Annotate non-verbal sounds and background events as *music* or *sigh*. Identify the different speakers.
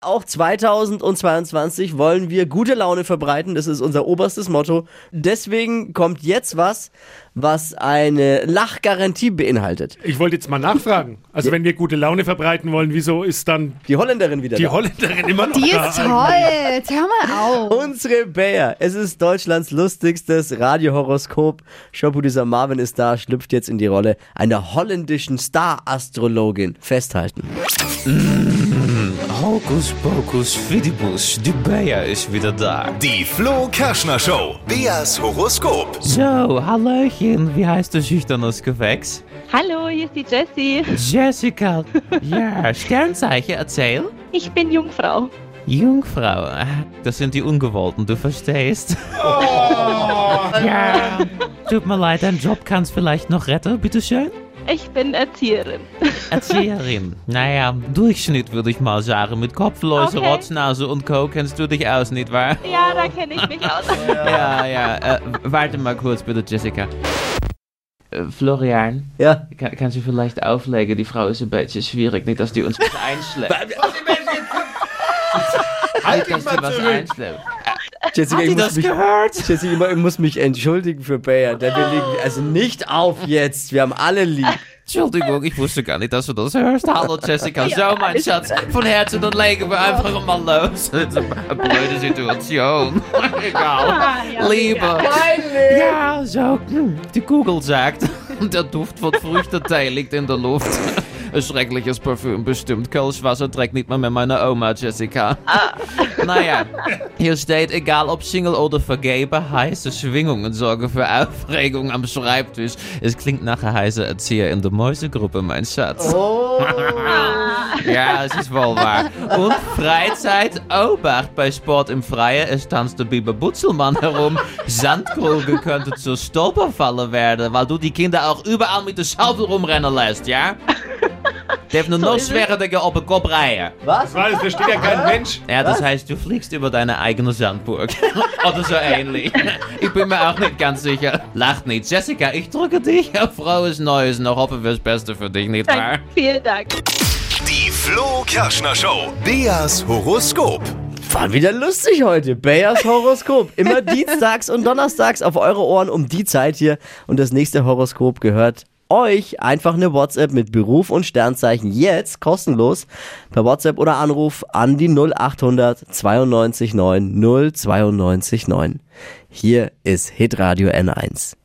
Speaker 1: Auch 2022 wollen wir gute Laune verbreiten. Das ist unser oberstes Motto. Deswegen kommt jetzt was, was eine Lachgarantie beinhaltet.
Speaker 2: Ich wollte jetzt mal nachfragen. Also wenn wir gute Laune verbreiten wollen, wieso ist dann
Speaker 1: Die Holländerin wieder.
Speaker 2: die
Speaker 1: da.
Speaker 2: Holländerin immer noch
Speaker 3: Die
Speaker 2: da?
Speaker 3: ist toll. Jetzt hör mal auf.
Speaker 1: Unsere Bär. Es ist Deutschlands lustigstes Radiohoroskop. Showproducer Marvin ist da, schlüpft jetzt in die Rolle einer holländischen Star-Astrologin. Festhalten.
Speaker 4: Hocus pocus fidibus, die Bea ist wieder da.
Speaker 5: Die Flo Kerschner Show. Beas Horoskop.
Speaker 4: So, hallöchen, wie heißt du schüchtern aus Gewächs?
Speaker 6: Hallo, hier ist die Jessie.
Speaker 4: Jessica. Ja, Sternzeichen, erzähl.
Speaker 6: Ich bin Jungfrau.
Speaker 4: Jungfrau, ah, das sind die Ungewollten, du verstehst. Ja, tut mir leid, dein Job kannst vielleicht noch retten, bitteschön.
Speaker 6: Ich bin Erzieherin.
Speaker 4: Erzieherin. Naja, Durchschnitt würde ich mal sagen. Mit Kopflose,
Speaker 6: Okay.
Speaker 4: Rotznase und Co. kennst du dich aus, nicht wahr?
Speaker 6: Ja, da kenne ich mich aus.
Speaker 4: Ja, ja. Äh, warte mal kurz bitte, Jessica. Äh, Florian,
Speaker 1: Ja.
Speaker 4: kann, kannst du vielleicht auflegen? Die Frau ist ein bisschen schwierig, nicht, dass die uns was einschleppt. *laughs* nicht, dass die was einschleppt.
Speaker 1: Jessica, ich muss, mich,
Speaker 4: gehört?
Speaker 1: Jessica, ich muss mich entschuldigen für Bär. Der wir liegen also nicht auf jetzt. Wir haben alle lieb.
Speaker 4: Entschuldigung, ich wusste gar nicht, dass du das hörst. Hallo Jessica, so mein Schatz, von Herzen, dann legen wir einfach mal los. *laughs* Das ist eine blöde Situation.
Speaker 6: Ah,
Speaker 4: Egal. Liebe. Ja, zo. Hm. Die Kugel *laughs* sagt, der Duft von Früchtetei liegt in der Luft. *laughs* Ein schreckliches Parfüm bestimmt. Kölschwasser trägt nicht mehr mit meiner Oma, Jessica. Naja, hier steht, egal ob Single oder vergeben, heiße Schwingungen sorgen für Aufregung am Schreibtisch. Es klingt nach einer heißen Erzieher in der Mäusegruppe, mein Schatz. Ja, es ist wohl wahr. Und Freizeit, Obacht bei Sport im Freien. Es tanzt der Biber Butzelmann herum. Sandkrugen könnte zur Stolperfalle werden, weil du die Kinder auch überall mit der Schaufel rumrennen lässt, ja? Die heeft een nog zwerder op een kop rijden.
Speaker 1: Was?
Speaker 2: Weil es versteht ja kein Mensch.
Speaker 4: Ja, das heißt, du fliegst über deine eigene Sandburg. *laughs* Oder so ähnlich. Ich bin mir auch nicht ganz sicher. Lach nicht. Jessica, ich drücke dich auf frohes Neues. Noch hoffe fürs Beste für dich, nicht wahr?
Speaker 6: Danke. Vielen Dank.
Speaker 5: Die Flo Kerschner Show. Beas Horoskop.
Speaker 1: War wieder lustig heute. Bayers Horoskop. Immer dienstags und donnerstags auf eure Ohren um die Zeit hier. Und das nächste Horoskop gehört euch. Einfach eine WhatsApp mit Beruf und Sternzeichen jetzt kostenlos per WhatsApp oder Anruf an die 0800 92 9 092 9. Hier ist Hitradio N1.